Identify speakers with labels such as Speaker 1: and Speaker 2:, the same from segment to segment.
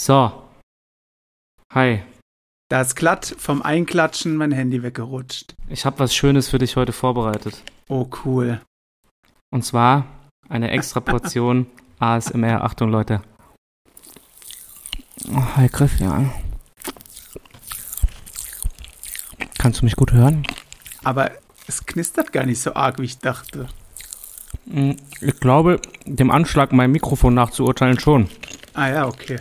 Speaker 1: So. Hi.
Speaker 2: Da ist glatt vom Einklatschen mein Handy weggerutscht.
Speaker 1: Ich habe was Schönes für dich heute vorbereitet.
Speaker 2: Oh, cool.
Speaker 1: Und zwar eine extra Portion ASMR. Achtung, Leute. Oh, hi, Christian. Kannst du mich gut hören?
Speaker 2: Aber es knistert gar nicht so arg, wie ich dachte.
Speaker 1: Mm, Ich glaube, dem Anschlag mein Mikrofon nachzuurteilen schon.
Speaker 2: Ah ja, okay.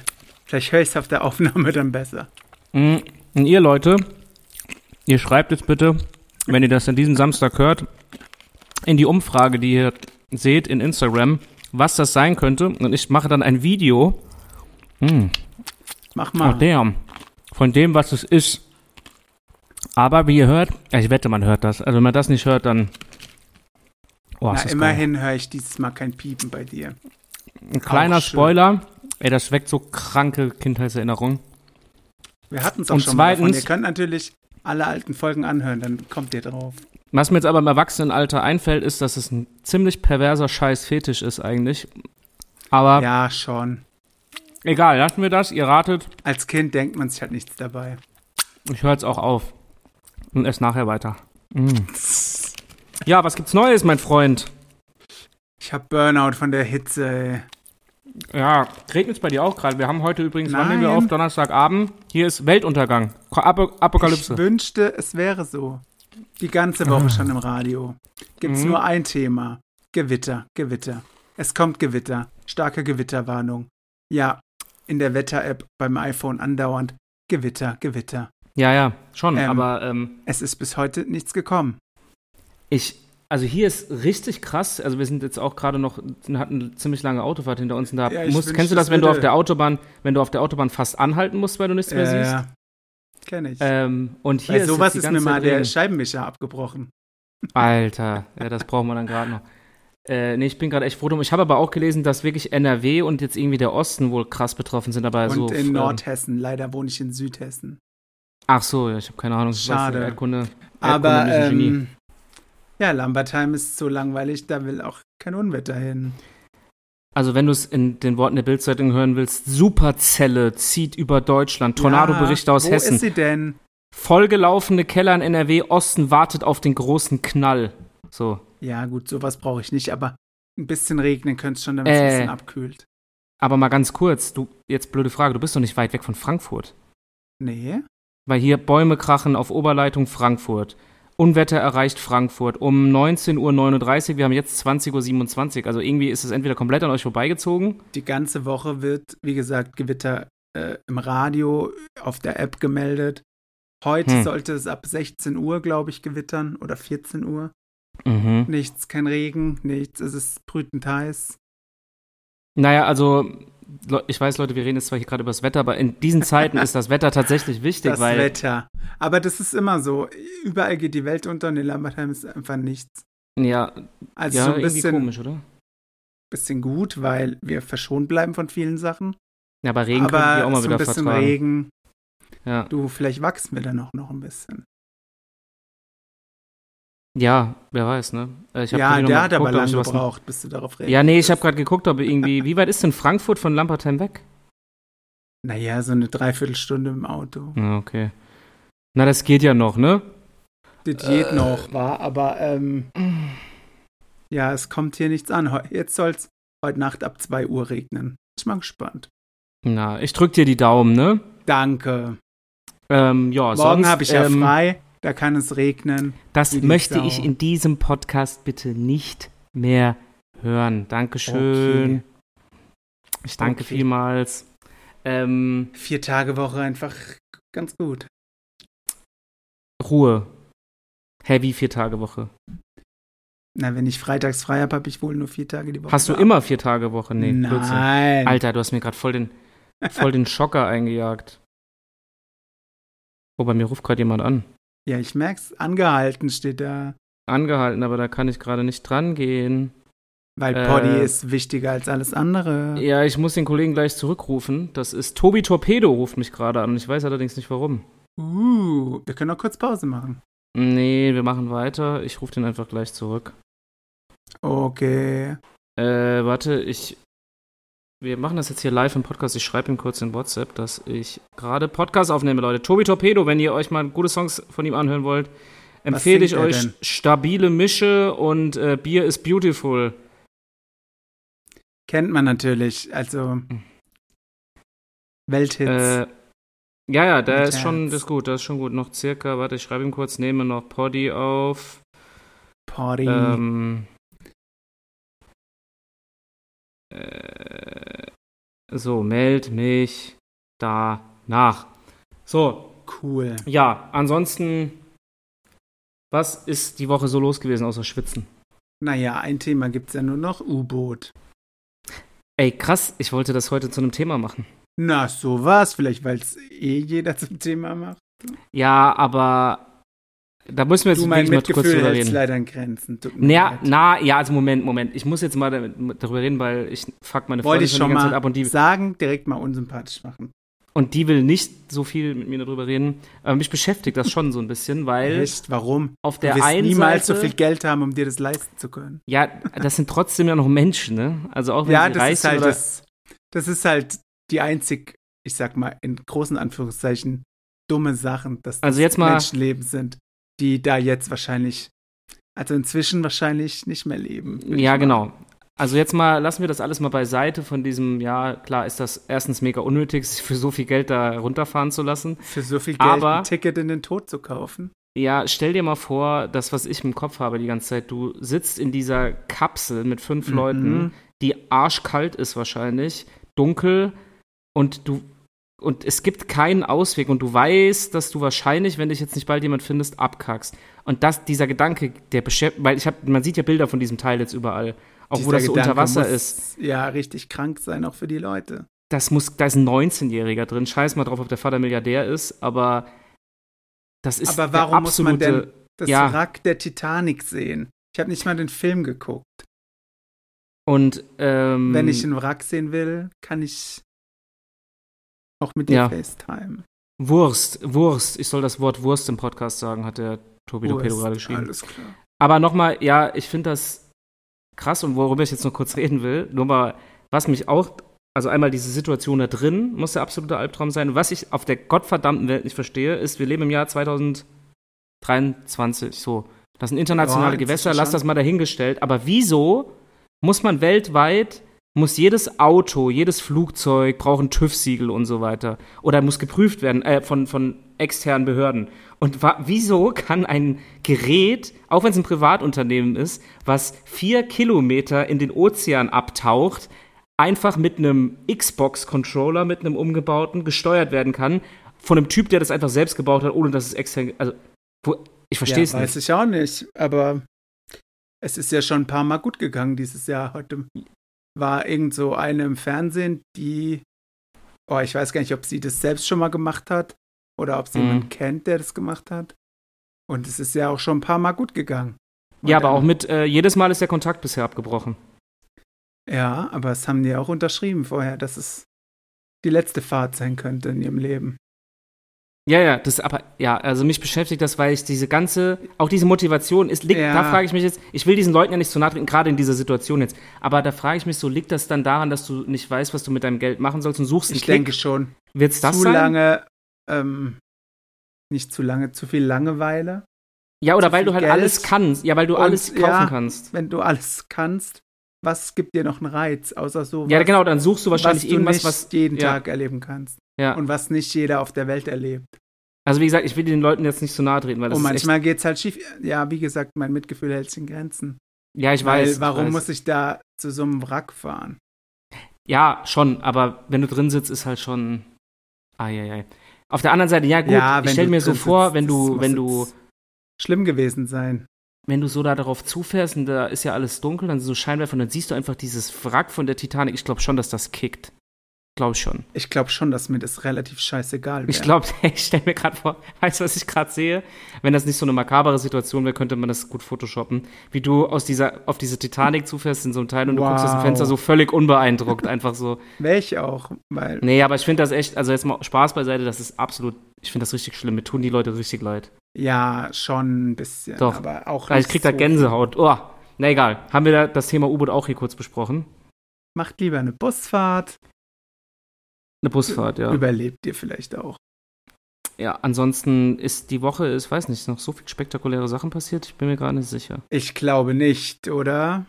Speaker 2: Vielleicht höre ich es auf der Aufnahme dann besser.
Speaker 1: Mm, Und ihr Leute, ihr schreibt jetzt bitte, wenn ihr das an diesem Samstag hört, in die Umfrage, die ihr seht in Instagram, was das sein könnte. Und ich mache dann ein Video. Mm,
Speaker 2: Mach
Speaker 1: oh
Speaker 2: mal.
Speaker 1: damn. Von dem, was es ist. Aber wie ihr hört, ja, ich wette, man hört das. Also wenn man das nicht hört, dann. Oh,
Speaker 2: Na,
Speaker 1: ist das geil.
Speaker 2: immerhin höre ich dieses Mal kein Piepen bei dir.
Speaker 1: Ein kleiner
Speaker 2: auch schön.
Speaker 1: Spoiler. Ey, das weckt so kranke Kindheitserinnerungen.
Speaker 2: Wir hatten es auch
Speaker 1: Und
Speaker 2: schon mal davon.
Speaker 1: zweitens-
Speaker 2: Ihr könnt natürlich alle alten Folgen anhören, dann kommt ihr drauf.
Speaker 1: Was mir jetzt aber im Erwachsenenalter einfällt, ist, dass es ein ziemlich perverser Scheiß-Fetisch ist eigentlich. Aber
Speaker 2: Ja, schon.
Speaker 1: egal, lassen wir das, ihr ratet,
Speaker 2: Als Kind denkt man sich halt nichts dabei.
Speaker 1: ich höre jetzt auch auf. Und erst nachher weiter. Mm. Ja, was gibt's Neues, mein Freund?
Speaker 2: Ich habe Burnout von der Hitze. ey.
Speaker 1: Ja, regnet bei dir auch gerade. Wir haben heute übrigens, wann nehmen wir
Speaker 2: Nein.
Speaker 1: auf? Donnerstagabend. Hier ist Weltuntergang. Ko- Apo Apokalypse. Ah.
Speaker 2: Ich wünschte, es wäre so. Die ganze Woche schon im Radio. Gibt's
Speaker 1: Mhm.
Speaker 2: nur ein Thema. Gewitter, Gewitter. Es kommt Gewitter. Starke Gewitterwarnung. Ja, in der Wetter-App beim iPhone andauernd. Gewitter, Gewitter.
Speaker 1: Ja, ja, schon.
Speaker 2: Ähm.
Speaker 1: Aber ähm,
Speaker 2: Es ist bis heute nichts gekommen.
Speaker 1: ich, also hier ist richtig krass. Also wir sind jetzt auch gerade noch, hatten eine ziemlich lange Autofahrt hinter uns und da
Speaker 2: Ja, ich
Speaker 1: musst,
Speaker 2: wünsch,
Speaker 1: kennst du das,
Speaker 2: das
Speaker 1: wenn du
Speaker 2: würde-
Speaker 1: auf der Autobahn, wenn du auf der Autobahn fast anhalten musst, weil du nichts mehr siehst?
Speaker 2: Äh, Kenn ich.
Speaker 1: Ähm, und hier
Speaker 2: Bei
Speaker 1: ist
Speaker 2: sowas
Speaker 1: jetzt
Speaker 2: ist
Speaker 1: die
Speaker 2: mir
Speaker 1: ganze
Speaker 2: mal
Speaker 1: Zeit
Speaker 2: der
Speaker 1: Regen.
Speaker 2: Scheibenwischer abgebrochen.
Speaker 1: Alter, ja, das brauchen wir dann gerade noch. Äh, nee, ich bin gerade echt froh drum. Ich habe aber auch gelesen, dass wirklich NRW und jetzt irgendwie der Osten wohl krass betroffen sind, aber so.
Speaker 2: Und in
Speaker 1: ähm,
Speaker 2: Nordhessen. Leider wohne ich in Südhessen.
Speaker 1: Ach so, ja, ich habe keine Ahnung. ich weiß nicht,
Speaker 2: Schade.
Speaker 1: Erdkunde, Erdkunde
Speaker 2: Aber
Speaker 1: ist ein Genie.
Speaker 2: ähm, ja, Lambertheim ist so langweilig, da will auch kein Unwetter hin.
Speaker 1: Also, wenn du es in den Worten der Bildzeitung hören willst, Superzelle zieht über Deutschland. Tornado-Berichte aus
Speaker 2: wo Wo ist
Speaker 1: Hessen.
Speaker 2: sie denn?
Speaker 1: Vollgelaufene Keller in NRW Osten wartet auf den großen Knall. So.
Speaker 2: Ja, gut, sowas brauche ich nicht, aber ein bisschen regnen könnte es schon, damit es
Speaker 1: Äh.
Speaker 2: ein bisschen abkühlt.
Speaker 1: Aber mal ganz kurz, du, jetzt blöde Frage, du bist doch nicht weit weg von Frankfurt.
Speaker 2: Nee.
Speaker 1: weil hier Bäume krachen auf Oberleitung Frankfurt. Unwetter erreicht Frankfurt um 19.39 Uhr. Wir haben jetzt 20.27 Uhr. Also irgendwie ist es entweder komplett an euch vorbeigezogen.
Speaker 2: Die ganze Woche wird, wie gesagt, Gewitter äh, im Radio, auf der App gemeldet. Heute
Speaker 1: Hm.
Speaker 2: sollte es ab 16 Uhr, glaube ich, gewittern oder 14 Uhr.
Speaker 1: Mhm.
Speaker 2: Nichts, kein Regen, nichts, es ist brütend heiß.
Speaker 1: Naja, also Le- ich weiß, Leute, wir reden jetzt zwar hier gerade über das Wetter, aber in diesen Zeiten ist das Wetter tatsächlich wichtig,
Speaker 2: Das
Speaker 1: weil
Speaker 2: Wetter. Aber das ist immer so. Überall geht die Welt unter und in Lambertheim ist einfach nichts.
Speaker 1: ja,
Speaker 2: Also
Speaker 1: ja
Speaker 2: so ein
Speaker 1: irgendwie
Speaker 2: bisschen,
Speaker 1: komisch, oder?
Speaker 2: bisschen gut, weil wir verschont bleiben von vielen Sachen.
Speaker 1: Ja, aber Regen
Speaker 2: aber
Speaker 1: können wir auch mal
Speaker 2: so
Speaker 1: wieder
Speaker 2: ein bisschen
Speaker 1: vertragen.
Speaker 2: Regen.
Speaker 1: Ja.
Speaker 2: Du, vielleicht wachsen wir dann auch noch ein bisschen.
Speaker 1: ja, wer weiß, ne? Äh, Ich hab
Speaker 2: ja,
Speaker 1: gerade noch
Speaker 2: der
Speaker 1: mal
Speaker 2: hat aber
Speaker 1: geguckt, ob
Speaker 2: lange
Speaker 1: ich was-
Speaker 2: gebraucht, bis du darauf reagierst.
Speaker 1: Ja, nee, ich habe gerade geguckt, ob irgendwie, wie weit ist denn Frankfurt von Lampertheim weg?
Speaker 2: Naja, so eine Dreiviertelstunde im Auto.
Speaker 1: Ja, okay. Na, das geht ja noch, ne?
Speaker 2: Das
Speaker 1: Äh.
Speaker 2: geht noch, war, aber ähm, ja, es kommt hier nichts an. Heu- Jetzt soll es heute Nacht ab 2 Uhr regnen. Ich mal gespannt.
Speaker 1: Na, ich drück dir die Daumen, ne?
Speaker 2: Danke.
Speaker 1: Ähm, ja,
Speaker 2: Morgen
Speaker 1: sonst,
Speaker 2: habe ich ja
Speaker 1: ähm,
Speaker 2: frei, da kann es regnen.
Speaker 1: Das
Speaker 2: Wie die
Speaker 1: möchte
Speaker 2: Sau.
Speaker 1: ich in diesem Podcast bitte nicht mehr hören. Dankeschön. Ich danke
Speaker 2: Okay.
Speaker 1: vielmals. Ähm,
Speaker 2: Vier Tage Woche einfach ganz gut.
Speaker 1: Ruhe. Heavy Vier-Tage-Woche.
Speaker 2: Na, wenn ich freitags frei habe, habe ich wohl nur vier Tage die Woche.
Speaker 1: Hast du immer Vier-Tage-Woche? Nee, Blödsinn.
Speaker 2: Nein.
Speaker 1: Alter, du hast mir gerade voll den, voll den Schocker eingejagt. Oh, bei mir ruft gerade jemand an.
Speaker 2: Ja, ich merk's. Angehalten steht da.
Speaker 1: Angehalten, aber da kann ich gerade nicht dran gehen.
Speaker 2: Weil
Speaker 1: Äh,
Speaker 2: Poddy ist wichtiger als alles andere.
Speaker 1: Ja, ich muss den Kollegen gleich zurückrufen. Das ist Tobi Torpedo, ruft mich gerade an. Ich weiß allerdings nicht warum.
Speaker 2: Uh, wir können auch kurz Pause machen.
Speaker 1: Nee, wir machen weiter. Ich rufe den einfach gleich zurück.
Speaker 2: Okay.
Speaker 1: Äh, warte, ich Wir machen das jetzt hier live im Podcast. Ich schreibe ihm kurz in WhatsApp, dass ich gerade Podcast aufnehme, Leute. Tobi Torpedo, wenn ihr euch mal gute Songs von ihm anhören wollt, empfehle ich
Speaker 2: singt er
Speaker 1: euch
Speaker 2: denn?
Speaker 1: stabile Mische und äh, Bier ist beautiful.
Speaker 2: Kennt man natürlich. Also Welthits.
Speaker 1: Äh, ja, ja, da
Speaker 2: Mit
Speaker 1: ist schon,
Speaker 2: Herz.
Speaker 1: das ist gut, das ist schon gut. Noch circa, warte, ich schreibe ihm kurz, nehme noch Poddy auf.
Speaker 2: Party.
Speaker 1: Ähm, äh, so, meld mich danach. So,
Speaker 2: cool.
Speaker 1: ja, ansonsten, was ist die Woche so los gewesen außer Schwitzen?
Speaker 2: Naja, ein Thema gibt's ja nur noch. U-Boot.
Speaker 1: Ey, krass, ich wollte das heute zu einem Thema machen.
Speaker 2: Na, sowas. Vielleicht, weil es eh jeder zum Thema macht.
Speaker 1: Ja, aber da müssen wir jetzt
Speaker 2: du, mein
Speaker 1: wirklich mal kurz
Speaker 2: Mitgefühl
Speaker 1: drüber
Speaker 2: hältst
Speaker 1: reden.
Speaker 2: leider an Grenzen. Tut mir
Speaker 1: Ja,
Speaker 2: leid.
Speaker 1: na, ja, also Moment, Moment. Ich muss jetzt mal damit- darüber reden, weil ich fuck meine Freundin
Speaker 2: Wollte ich
Speaker 1: schon die
Speaker 2: schon
Speaker 1: ganze
Speaker 2: mal
Speaker 1: Zeit ab und die
Speaker 2: sagen, direkt mal unsympathisch machen.
Speaker 1: Und die will nicht so viel mit mir darüber reden. Aber mich beschäftigt das schon so ein bisschen, weil
Speaker 2: Echt? Warum?
Speaker 1: auf
Speaker 2: Du
Speaker 1: der
Speaker 2: wirst
Speaker 1: einen
Speaker 2: niemals
Speaker 1: Seite,
Speaker 2: so viel Geld haben, um dir das leisten zu können.
Speaker 1: ja, das sind trotzdem ja noch Menschen, ne? Also auch wenn
Speaker 2: Ja,
Speaker 1: sie
Speaker 2: das
Speaker 1: reich
Speaker 2: ist halt
Speaker 1: sind oder,
Speaker 2: das. Das ist halt die einzig, ich sag mal, in großen Anführungszeichen dumme Sachen, dass
Speaker 1: also jetzt mal,
Speaker 2: Menschenleben sind, die da jetzt wahrscheinlich, also inzwischen wahrscheinlich nicht mehr leben. würd ich
Speaker 1: ja
Speaker 2: mal-
Speaker 1: genau. Also jetzt mal lassen wir das alles mal beiseite von diesem, ja klar ist das erstens mega unnötig, sich für so viel Geld da runterfahren zu lassen.
Speaker 2: Für so viel Geld
Speaker 1: Aber-
Speaker 2: ein Ticket in den Tod zu kaufen.
Speaker 1: Ja, stell dir mal vor, das was ich im Kopf habe die ganze Zeit, du sitzt in dieser Kapsel mit fünf Leuten.
Speaker 2: Mhm.
Speaker 1: die arschkalt ist wahrscheinlich, dunkel und du und es gibt keinen Ausweg und du weißt, dass du wahrscheinlich, wenn dich jetzt nicht bald jemand findest, abkackst. Und das dieser Gedanke, der beschäftigt, weil ich habe, man sieht ja Bilder von diesem Teil jetzt überall, auch
Speaker 2: Dieser
Speaker 1: wo das so unter
Speaker 2: Gedanke
Speaker 1: Wasser
Speaker 2: muss
Speaker 1: ist.
Speaker 2: Ja, richtig krank sein, auch für die Leute.
Speaker 1: Das muss, da ist ein 19-Jähriger drin. Scheiß mal drauf, ob der Vater Milliardär ist, aber das ist
Speaker 2: Aber warum
Speaker 1: der
Speaker 2: muss
Speaker 1: absolute.
Speaker 2: man denn- Das
Speaker 1: Ja.
Speaker 2: Wrack der Titanic sehen. Ich habe nicht mal den Film geguckt.
Speaker 1: und ähm,
Speaker 2: Wenn ich den Wrack sehen will, kann ich auch mit dir
Speaker 1: Ja.
Speaker 2: FaceTime.
Speaker 1: Wurst, Wurst, ich soll das Wort Wurst im Podcast sagen, hat der Tobi Dopedo gerade geschrieben.
Speaker 2: Alles klar.
Speaker 1: Aber nochmal, ja, ich finde das krass und worüber ich jetzt noch kurz reden will, nur mal, was mich auch, also einmal diese Situation da drin, muss der absolute Albtraum sein. Was ich auf der gottverdammten Welt nicht verstehe, ist, wir leben im Jahr 2023, so. Das sind internationale
Speaker 2: Ja,
Speaker 1: Gewässer,
Speaker 2: inzwischen
Speaker 1: lass das mal dahingestellt. Aber wieso muss man weltweit, muss jedes Auto, jedes Flugzeug, braucht ein TÜV-Siegel und so weiter. Oder muss geprüft werden äh, von, von externen Behörden. Und wa wieso kann ein Gerät, auch wenn es ein Privatunternehmen ist, was vier Kilometer in den Ozean abtaucht, einfach mit einem Xbox-Controller, mit einem umgebauten, gesteuert werden kann, von einem Typ, der das einfach selbst gebaut hat, ohne dass es extern. Also, wo, ich verstehe es
Speaker 2: ja,
Speaker 1: nicht.
Speaker 2: weiß ich auch nicht, aber es ist ja schon ein paar Mal gut gegangen dieses Jahr. Heute war irgend so eine im Fernsehen, die, oh, ich weiß gar nicht, ob sie das selbst schon mal gemacht hat oder ob sie
Speaker 1: Mhm.
Speaker 2: jemanden kennt, der das gemacht hat. Und es ist ja auch schon ein paar Mal gut gegangen. Und
Speaker 1: Ja, aber auch
Speaker 2: dann-
Speaker 1: mit, äh, jedes Mal ist der Kontakt bisher abgebrochen.
Speaker 2: Ja, aber es haben die auch unterschrieben vorher, dass es die letzte Fahrt sein könnte in ihrem Leben.
Speaker 1: Ja, ja, das aber, ja, also mich beschäftigt das, weil ich diese ganze, auch diese Motivation ist, liegt,
Speaker 2: Ja.
Speaker 1: da frage ich mich jetzt, ich will diesen Leuten ja nicht zu nahe treten, gerade in dieser Situation jetzt, aber da frage ich mich so, liegt das dann daran, dass du nicht weißt, was du mit deinem Geld machen sollst und suchst einen
Speaker 2: Ich
Speaker 1: Klick?
Speaker 2: denke schon.
Speaker 1: Wird's das
Speaker 2: zu
Speaker 1: sein?
Speaker 2: lange, ähm, nicht zu lange, zu viel Langeweile.
Speaker 1: ja, oder
Speaker 2: zu
Speaker 1: weil
Speaker 2: viel
Speaker 1: du halt
Speaker 2: Geld
Speaker 1: alles kannst, ja, weil du
Speaker 2: und-
Speaker 1: alles kaufen
Speaker 2: ja.
Speaker 1: kannst.
Speaker 2: Wenn du alles kannst, was gibt dir noch einen Reiz, außer so
Speaker 1: Ja,
Speaker 2: was,
Speaker 1: genau, dann suchst du wahrscheinlich
Speaker 2: was du
Speaker 1: irgendwas,
Speaker 2: nicht
Speaker 1: was,
Speaker 2: jeden
Speaker 1: ja.
Speaker 2: Tag erleben kannst
Speaker 1: ja.
Speaker 2: und was nicht jeder auf der Welt erlebt.
Speaker 1: Also wie gesagt, ich will den Leuten jetzt nicht zu nahe treten, weil das
Speaker 2: und
Speaker 1: ist echt,
Speaker 2: manchmal geht's halt schief. Ja, wie gesagt, mein Mitgefühl hält sich in Grenzen.
Speaker 1: ja, ich
Speaker 2: Weil
Speaker 1: weiß.
Speaker 2: warum
Speaker 1: ich weiß.
Speaker 2: muss ich da zu so einem Wrack fahren?
Speaker 1: Ja, schon, aber wenn du drin sitzt, ist halt schon. Eieiei. Auf der anderen Seite, ja gut,
Speaker 2: ja,
Speaker 1: ich stell
Speaker 2: du
Speaker 1: mir so
Speaker 2: drin
Speaker 1: vor,
Speaker 2: sitzt,
Speaker 1: wenn
Speaker 2: das
Speaker 1: du,
Speaker 2: muss
Speaker 1: wenn du,
Speaker 2: jetzt schlimm gewesen sein.
Speaker 1: wenn du so da darauf zufährst und da ist ja alles dunkel, dann sind so Scheinwerfer und dann siehst du einfach dieses Wrack von der Titanic. Ich glaube schon, dass das kickt. Glaube schon.
Speaker 2: Ich glaube schon, dass mir das relativ scheißegal wäre.
Speaker 1: Ich glaube, ich stelle mir gerade vor, weißt du, was ich gerade sehe? Wenn das nicht so eine makabere Situation wäre, könnte man das gut photoshoppen. Wie du aus dieser, auf diese Titanic zufährst in so einem Teil und du guckst aus dem
Speaker 2: Wow.
Speaker 1: Fenster so völlig unbeeindruckt, einfach so.
Speaker 2: Wäre ich auch, weil
Speaker 1: Nee, aber ich finde das echt, also jetzt mal Spaß beiseite, das ist absolut, ich finde das richtig schlimm. Mir tun die Leute richtig leid.
Speaker 2: Ja, schon ein bisschen.
Speaker 1: Doch.
Speaker 2: Aber auch
Speaker 1: Also ich
Speaker 2: nicht
Speaker 1: krieg da
Speaker 2: so.
Speaker 1: Gänsehaut. Oh, na egal. Haben wir da das Thema U-Boot auch hier kurz besprochen?
Speaker 2: Macht lieber eine Busfahrt.
Speaker 1: Eine Busfahrt, ja.
Speaker 2: Überlebt ihr vielleicht auch.
Speaker 1: Ja, ansonsten ist die Woche, ich weiß nicht, noch so viel spektakuläre Sachen passiert. Ich bin mir gerade nicht sicher.
Speaker 2: Ich glaube nicht, oder?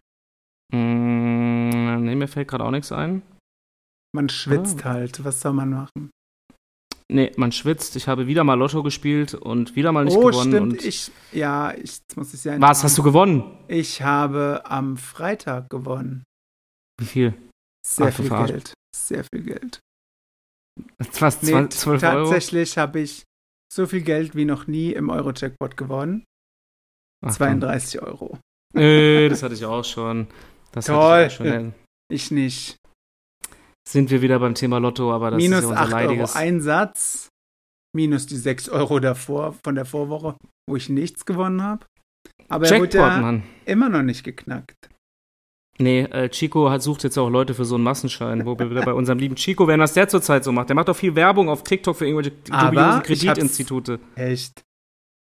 Speaker 1: Mm, nee, mir fällt gerade auch nichts ein. Ah.
Speaker 2: Man schwitzt halt. Was soll man machen?
Speaker 1: Nee, man schwitzt. Ich habe wieder mal Lotto gespielt und wieder mal nicht
Speaker 2: oh,
Speaker 1: gewonnen.
Speaker 2: stimmt.
Speaker 1: und
Speaker 2: Ich, ja, ich, jetzt muss ich sagen.
Speaker 1: was, hast du gewonnen?
Speaker 2: Ich habe am Freitag gewonnen.
Speaker 1: Wie viel?
Speaker 2: Sehr
Speaker 1: Ach, du
Speaker 2: viel
Speaker 1: Verarsch.
Speaker 2: Geld. Sehr viel Geld.
Speaker 1: Fast
Speaker 2: Nee,
Speaker 1: 12, 12 Euro?
Speaker 2: tatsächlich habe ich so viel Geld wie noch nie im Euro-Jackpot gewonnen.
Speaker 1: Ach,
Speaker 2: 32 Euro.
Speaker 1: komm. Äh, das hatte ich auch schon. Das
Speaker 2: Toll.
Speaker 1: Hatte ich auch schon. Äh,
Speaker 2: Ich nicht.
Speaker 1: Sind wir wieder beim Thema Lotto, aber das
Speaker 2: minus
Speaker 1: ist ja unser
Speaker 2: 8 Euro
Speaker 1: leidiges.
Speaker 2: Einsatz. Minus die 6 Euro davor, von der Vorwoche, wo ich nichts gewonnen habe. Aber er
Speaker 1: Jackpot,
Speaker 2: wurde ja
Speaker 1: Mann.
Speaker 2: immer noch nicht geknackt.
Speaker 1: Nee, äh, Chico hat, sucht jetzt auch Leute für so einen Massenschein, wo wir wieder bei unserem lieben Chico wären, was der zurzeit so macht. Der macht auch viel Werbung auf TikTok für irgendwelche
Speaker 2: Aber
Speaker 1: dubiosen
Speaker 2: ich hab's-
Speaker 1: Kreditinstitute.
Speaker 2: Echt?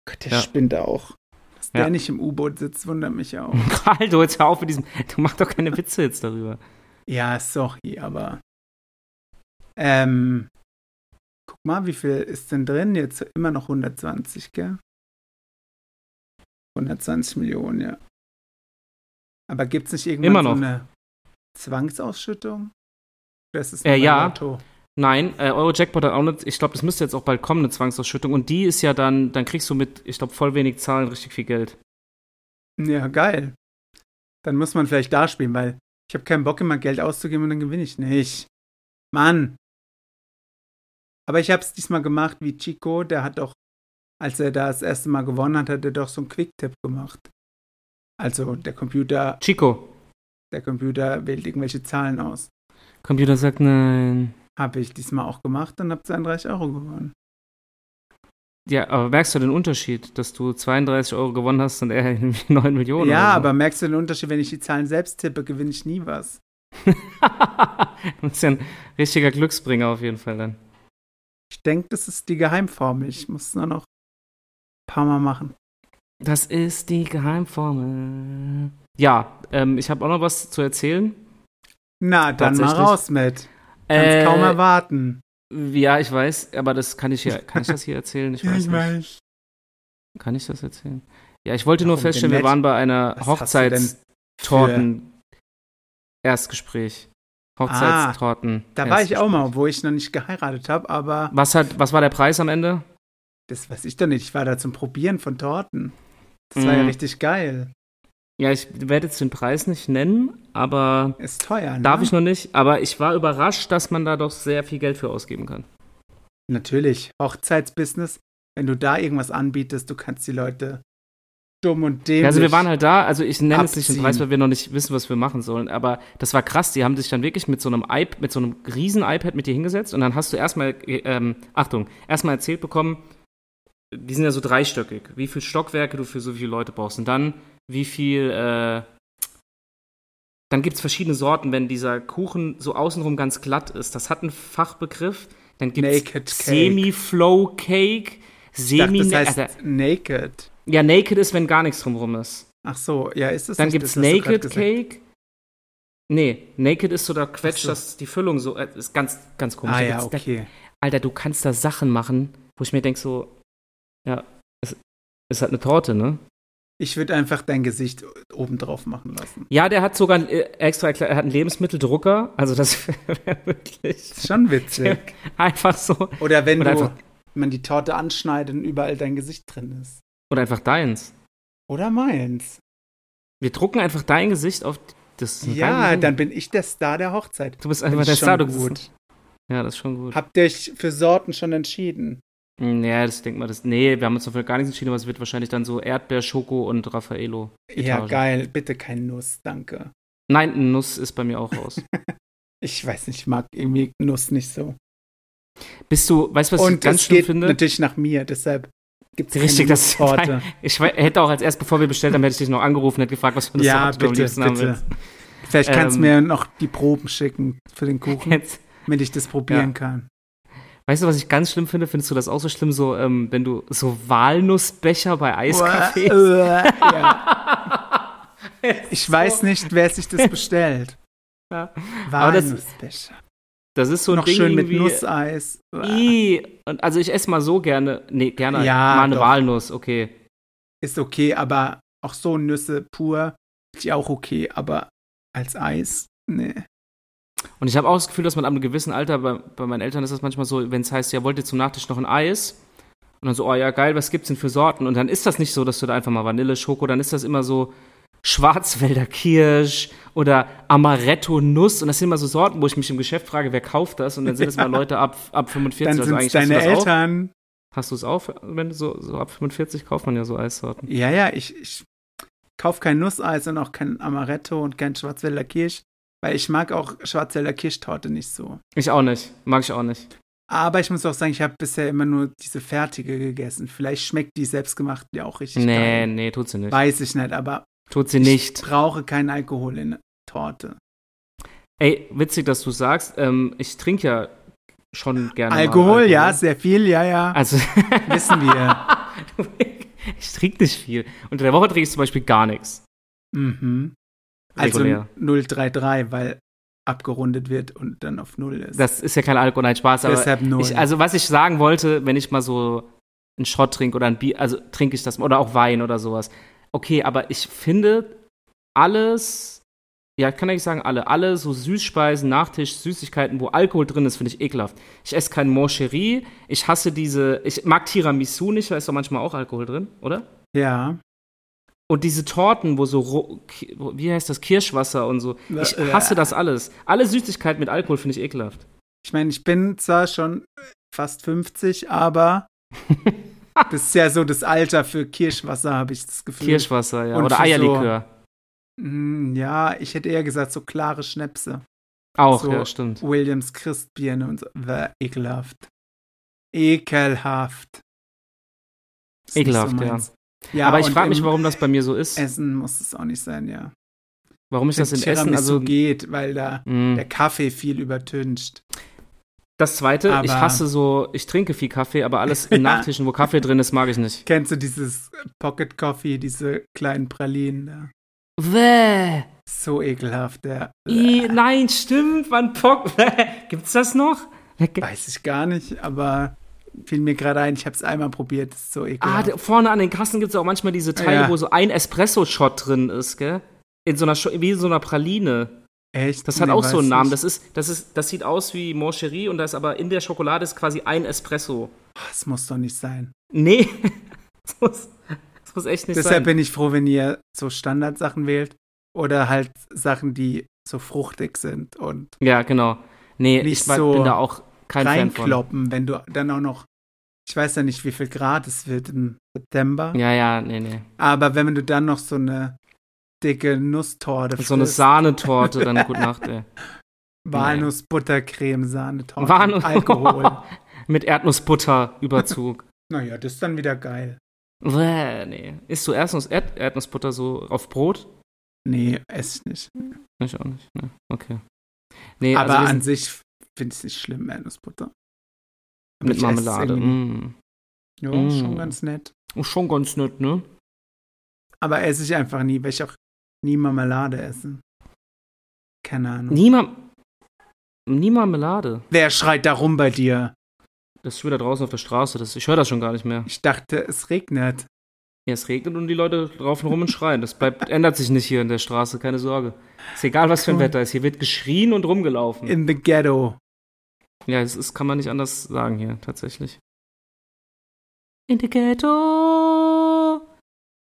Speaker 2: Gott, der
Speaker 1: Ja.
Speaker 2: spinnt auch. Dass
Speaker 1: Ja.
Speaker 2: der nicht im U-Boot sitzt, wundert mich auch.
Speaker 1: Aldo, jetzt hör auf mit diesem. Du machst doch keine Witze jetzt darüber.
Speaker 2: ja, sorry, aber. Ähm. Guck mal, wie viel ist denn drin? Jetzt immer noch 120, gell? 120 Millionen, ja. Aber gibt's nicht irgendwann
Speaker 1: Immer noch.
Speaker 2: so eine Zwangsausschüttung? Das ist
Speaker 1: Äh,
Speaker 2: nur bei
Speaker 1: ja.
Speaker 2: Lotto.
Speaker 1: Nein, äh, Eurojackpot hat auch nicht. Ich glaube, das müsste jetzt auch bald kommen, eine Zwangsausschüttung. Und die ist ja dann, dann kriegst du mit, ich glaube, voll wenig Zahlen richtig viel Geld.
Speaker 2: Ja, geil. Dann muss man vielleicht da spielen, weil ich habe keinen Bock, immer Geld auszugeben und dann gewinne ich nicht. Mann. Aber ich habe es diesmal gemacht wie Chico, der hat doch, als er da das erste Mal gewonnen hat, hat er doch so einen Quick-Tipp gemacht. Also der Computer,
Speaker 1: Chico,
Speaker 2: der Computer wählt irgendwelche Zahlen aus.
Speaker 1: Computer sagt nein.
Speaker 2: Habe ich diesmal auch gemacht und habe 32 Euro gewonnen.
Speaker 1: Ja, aber merkst du den Unterschied, dass du 32 Euro gewonnen hast und er 9 Millionen?
Speaker 2: ja,
Speaker 1: oder
Speaker 2: aber merkst du den Unterschied, wenn ich die Zahlen selbst tippe, gewinne ich nie was.
Speaker 1: so? du bist ja ein richtiger Glücksbringer auf jeden Fall dann.
Speaker 2: Ich denke, das ist die Geheimformel. Ich muss es nur noch ein paar Mal machen.
Speaker 1: Das ist die Geheimformel. Ja, ähm, ich habe auch noch was zu erzählen.
Speaker 2: Na, dann mal
Speaker 1: Tatsächlich.
Speaker 2: raus mit. Kannst
Speaker 1: Äh,
Speaker 2: kaum erwarten.
Speaker 1: ja, ich weiß, aber das kann ich hier, kann ich das hier erzählen? Ich weiß nicht.
Speaker 2: weiß.
Speaker 1: Kann ich das erzählen? Ja, ich wollte nur
Speaker 2: Warum denn
Speaker 1: feststellen, wir
Speaker 2: nicht?
Speaker 1: waren bei einer
Speaker 2: Was hast du denn
Speaker 1: Hochzeitstorten-Erstgespräch. Hochzeitstorten.
Speaker 2: Ah, Da war ich auch mal, wo ich noch nicht geheiratet habe, aber
Speaker 1: Was, hat, was war der Preis am Ende?
Speaker 2: das weiß ich doch nicht. Ich war da zum Probieren von Torten. Das war ja
Speaker 1: Mhm.
Speaker 2: richtig geil.
Speaker 1: Ja, ich werde jetzt den Preis nicht nennen, aber
Speaker 2: Ist teuer, ne?
Speaker 1: darf ich noch nicht. Aber ich war überrascht, dass man da doch sehr viel Geld für ausgeben kann.
Speaker 2: Natürlich. Hochzeitsbusiness. Wenn du da irgendwas anbietest, du kannst die Leute dumm und dämlich.
Speaker 1: Ja, also wir waren halt da, also ich nenne es nicht den
Speaker 2: Abziehen.
Speaker 1: Preis, weil wir noch nicht wissen, was wir machen sollen, aber das war krass, die haben sich dann wirklich mit so einem iP mit so einem riesen iPad mit dir hingesetzt und dann hast du erstmal, äh, ähm, Achtung, erstmal erzählt bekommen, die sind ja so dreistöckig, wie viel Stockwerke du für so viele Leute brauchst und dann wie viel, äh, dann gibt es verschiedene Sorten, wenn dieser Kuchen so außenrum ganz glatt ist, das hat einen Fachbegriff, dann gibt
Speaker 2: Naked
Speaker 1: es
Speaker 2: Cake.
Speaker 1: Semi-Flow-Cake,
Speaker 2: ich dachte,
Speaker 1: Semi,
Speaker 2: das heißt
Speaker 1: also,
Speaker 2: Naked.
Speaker 1: ja, Naked ist, wenn gar nichts drumrum ist.
Speaker 2: Ach so, ja, ist das
Speaker 1: Dann
Speaker 2: nicht,
Speaker 1: gibt es
Speaker 2: das hast du grad
Speaker 1: Naked
Speaker 2: gesagt.
Speaker 1: Cake. Nee, Naked ist so, da quetscht
Speaker 2: so.
Speaker 1: das die Füllung so. äh, Ist ganz, ganz komisch.
Speaker 2: Ah
Speaker 1: Da
Speaker 2: ja,
Speaker 1: gibt's- da,
Speaker 2: okay.
Speaker 1: Alter, du kannst da Sachen machen, wo ich mir denke so, ja, es ist halt eine Torte, ne?
Speaker 2: Ich würde einfach dein Gesicht obendrauf machen lassen.
Speaker 1: Ja, der hat sogar einen, äh, extra, erklärt, er hat einen Lebensmitteldrucker. Also das wäre wirklich
Speaker 2: Ist schon witzig.
Speaker 1: einfach so.
Speaker 2: Oder wenn
Speaker 1: Oder
Speaker 2: du,
Speaker 1: einfach-
Speaker 2: wenn man die Torte anschneidet und überall dein Gesicht drin ist.
Speaker 1: Oder einfach deins.
Speaker 2: Oder meins.
Speaker 1: Wir drucken einfach dein Gesicht auf das. ist eine geile
Speaker 2: Ja,
Speaker 1: Idee.
Speaker 2: dann bin ich der Star der Hochzeit.
Speaker 1: Du bist
Speaker 2: Finde
Speaker 1: einfach
Speaker 2: ich
Speaker 1: Also der
Speaker 2: schon
Speaker 1: Star. Du
Speaker 2: gut.
Speaker 1: bist, ja, das ist schon gut.
Speaker 2: Habt ihr euch für Sorten schon entschieden?
Speaker 1: Ja, das denkt man, das. Nee, wir haben uns dafür gar nichts entschieden, aber es wird wahrscheinlich dann so Erdbeer, Schoko und Raffaello.
Speaker 2: Ja,
Speaker 1: Etage.
Speaker 2: geil. Bitte kein Nuss, danke.
Speaker 1: Nein, Nuss ist bei mir auch raus.
Speaker 2: Ich weiß nicht, ich mag irgendwie Nuss nicht so.
Speaker 1: Bist du, weißt du, was ich
Speaker 2: und
Speaker 1: ganz
Speaker 2: es
Speaker 1: schlimm
Speaker 2: geht
Speaker 1: finde?
Speaker 2: natürlich nach mir, deshalb gibt es
Speaker 1: Richtig,
Speaker 2: keine
Speaker 1: das ist
Speaker 2: Torte.
Speaker 1: Ich we- hätte auch als erst, bevor wir bestellt haben, hätte ich dich noch angerufen, hätte gefragt, was für eine
Speaker 2: Ja,
Speaker 1: Sorte du am
Speaker 2: bitte,
Speaker 1: liebsten haben
Speaker 2: bitte.
Speaker 1: willst.
Speaker 2: Vielleicht kannst du
Speaker 1: Ähm,
Speaker 2: mir noch die Proben schicken für den Kuchen,
Speaker 1: Jetzt,
Speaker 2: damit ich das probieren kann.
Speaker 1: weißt du, was ich ganz schlimm finde? Findest du das auch so schlimm, so, ähm, wenn du so Walnussbecher bei Eiskaffee?
Speaker 2: Uah, uah, ja. Ich weiß nicht, wer sich das bestellt.
Speaker 1: Ja.
Speaker 2: Aber
Speaker 1: das-
Speaker 2: Walnussbecher.
Speaker 1: Das ist so ein
Speaker 2: Noch
Speaker 1: Ding
Speaker 2: schön mit
Speaker 1: irgendwie-
Speaker 2: Nusseis.
Speaker 1: Ih, und also ich esse mal so gerne, nee, gerne
Speaker 2: Ja,
Speaker 1: mal eine
Speaker 2: doch.
Speaker 1: Walnuss, okay.
Speaker 2: Ist okay, aber auch so Nüsse pur, ist ja auch okay, aber als Eis, nee.
Speaker 1: Und ich habe auch das Gefühl, dass man ab einem gewissen Alter, bei, bei meinen Eltern ist das manchmal so, wenn es heißt, ja, wollt ihr zum Nachtisch noch ein Eis? Und dann so, oh ja, geil, was gibt's denn für Sorten? Und dann ist das nicht so, dass du da einfach mal Vanille, Schoko, dann ist das immer so Schwarzwälder Kirsch oder Amaretto Nuss. Und das sind immer so Sorten, wo ich mich im Geschäft frage, wer kauft das? Und dann sind es mal Leute ab, ab 45.
Speaker 2: Dann
Speaker 1: also
Speaker 2: sind es
Speaker 1: eigentlich hast du
Speaker 2: deine
Speaker 1: das auch.
Speaker 2: Eltern.
Speaker 1: Hast du es auf, wenn du so, so ab 45 kauft man ja so Eissorten.
Speaker 2: Ja, ja, ich, ich kaufe kein Nusseis und auch kein Amaretto und kein Schwarzwälder Kirsch, weil ich mag auch Schwarzwälder Kirschtorte nicht so.
Speaker 1: Ich auch nicht. Mag ich auch nicht.
Speaker 2: Aber ich muss auch sagen, ich habe bisher immer nur diese fertige gegessen. Vielleicht schmeckt die selbstgemachte ja auch richtig
Speaker 1: nee,
Speaker 2: geil.
Speaker 1: nee, tut sie nicht.
Speaker 2: Weiß ich nicht, aber
Speaker 1: Tut sie nicht.
Speaker 2: ich brauche keinen Alkohol in Torte.
Speaker 1: Ey, witzig, dass du sagst. Ähm, ich trinke ja schon gerne. mal
Speaker 2: Alkohol, ja, sehr viel, ja, ja,
Speaker 1: Also,
Speaker 2: wissen wir.
Speaker 1: ich trinke nicht viel. Unter der Woche trinke ich zum Beispiel gar nichts.
Speaker 2: Mhm. Also
Speaker 1: Regulär.
Speaker 2: 033, weil abgerundet wird und dann auf Null ist.
Speaker 1: Das ist ja kein Alkohol, nein, Spaß. Aber
Speaker 2: Deshalb Null.
Speaker 1: ich, also, was ich sagen wollte, wenn ich mal so einen Shot trinke oder ein Bier, also trinke ich das mal, oder auch Wein oder sowas. Okay, aber ich finde alles, ja, ich kann eigentlich sagen, alle, alle so Süßspeisen, Nachtisch, Süßigkeiten, wo Alkohol drin ist, finde ich ekelhaft. Ich esse kein Moncherie, ich hasse diese, ich mag Tiramisu nicht, da ist doch manchmal auch Alkohol drin, oder?
Speaker 2: ja.
Speaker 1: Und diese Torten, wo so, ro- Ki- wo- wie heißt das, Kirschwasser und so. Ich
Speaker 2: Äh,
Speaker 1: hasse das alles. Alle Süßigkeiten mit Alkohol finde ich ekelhaft.
Speaker 2: Ich meine, ich bin zwar schon fast 50, aber das ist ja so das Alter für Kirschwasser, habe ich das Gefühl.
Speaker 1: Kirschwasser, ja.
Speaker 2: Hm. Und
Speaker 1: Oder
Speaker 2: für so-
Speaker 1: Eierlikör.
Speaker 2: Mm, ja, ich hätte eher gesagt, so klare Schnäpse.
Speaker 1: Auch,
Speaker 2: so-
Speaker 1: ja, stimmt.
Speaker 2: Williams Christbirne und so. Bäh, ekelhaft. Ekelhaft. Ist nicht
Speaker 1: Ekelhaft, ja.
Speaker 2: meins.
Speaker 1: Aber ich
Speaker 2: und
Speaker 1: frage mich,
Speaker 2: im
Speaker 1: warum das bei mir so ist.
Speaker 2: Essen muss es auch nicht sein, ja.
Speaker 1: Warum ich das in Essen, also. hm.
Speaker 2: geht, weil da
Speaker 1: Mh.
Speaker 2: der Kaffee viel übertüncht.
Speaker 1: Das zweite, ich
Speaker 2: Aber-
Speaker 1: hasse so, ich trinke viel Kaffee, aber alles in
Speaker 2: Ja.
Speaker 1: Nachtischen, wo Kaffee drin ist, mag ich nicht.
Speaker 2: Kennst du dieses Pocket Coffee, diese kleinen Pralinen da?
Speaker 1: Bäh.
Speaker 2: So ekelhaft, ja.
Speaker 1: I, nein, stimmt, man Pock. Gibt's das noch?
Speaker 2: Weiß ich gar nicht, aber fiel mir gerade ein, ich habe es einmal probiert, ist so
Speaker 1: Ah,
Speaker 2: ekelhaft.
Speaker 1: da- vorne an den Kassen gibt es auch manchmal diese Teile,
Speaker 2: Ja.
Speaker 1: wo so ein Espresso-Shot drin ist, gell? In so einer, Scho- wie in so einer Praline.
Speaker 2: Echt?
Speaker 1: Das hat
Speaker 2: Nee,
Speaker 1: auch so einen
Speaker 2: weiß
Speaker 1: Namen.
Speaker 2: nicht.
Speaker 1: Das ist, das ist, das sieht aus wie Moncherie und da ist aber in der Schokolade ist quasi ein Espresso.
Speaker 2: Ah, Das muss doch nicht sein.
Speaker 1: Nee. das, muss, das muss echt nicht
Speaker 2: Deshalb
Speaker 1: sein.
Speaker 2: bin ich froh, wenn ihr so Standardsachen wählt oder halt Sachen, die so fruchtig sind und
Speaker 1: Ja, genau. Nee,
Speaker 2: Nicht
Speaker 1: ich war,
Speaker 2: so
Speaker 1: bin da auch kein Fan von.
Speaker 2: reinkloppen, wenn du dann auch noch, ich weiß ja nicht, wie viel Grad es wird im September,
Speaker 1: Ja, ja, nee, nee.
Speaker 2: aber wenn du dann noch so eine dicke Nusstorte
Speaker 1: So eine
Speaker 2: frisst,
Speaker 1: Sahnetorte, dann gute Nacht, ey.
Speaker 2: Walnuss-Buttercreme, Sahnetorte,
Speaker 1: Walnuss-
Speaker 2: Alkohol.
Speaker 1: Mit Erdnussbutter-Überzug.
Speaker 2: naja, das ist dann wieder geil.
Speaker 1: Bäh, nee. Isst du Erdnuss, Erd Erdnussbutter so auf Brot?
Speaker 2: Nee, esse ich nicht.
Speaker 1: Ich auch nicht, ne? Okay. Nee,
Speaker 2: aber
Speaker 1: also wir
Speaker 2: an
Speaker 1: sind
Speaker 2: sich finde ich es nicht schlimm, Walnussbutter. Aber
Speaker 1: mit
Speaker 2: ich esse es
Speaker 1: Marmelade.
Speaker 2: irgendwie-
Speaker 1: Mm.
Speaker 2: Ja,
Speaker 1: Mm.
Speaker 2: schon ganz nett.
Speaker 1: Oh, schon ganz nett, ne?
Speaker 2: Aber esse ich einfach nie, weil ich auch nie Marmelade esse. Keine Ahnung.
Speaker 1: Nie, Mar nie Marmelade.
Speaker 2: Wer schreit da rum bei dir?
Speaker 1: Das ist wieder draußen auf der Straße. Das, ich höre das schon gar nicht mehr.
Speaker 2: Ich dachte, es regnet.
Speaker 1: Ja, es regnet und die Leute laufen rum und schreien. Das bleibt, ändert sich nicht hier in der Straße, keine Sorge. Ist egal, was für ein
Speaker 2: Cool.
Speaker 1: Wetter ist. Hier wird geschrien und rumgelaufen.
Speaker 2: In the ghetto.
Speaker 1: ja, das ist, kann man nicht anders sagen hier, tatsächlich. In the ghetto.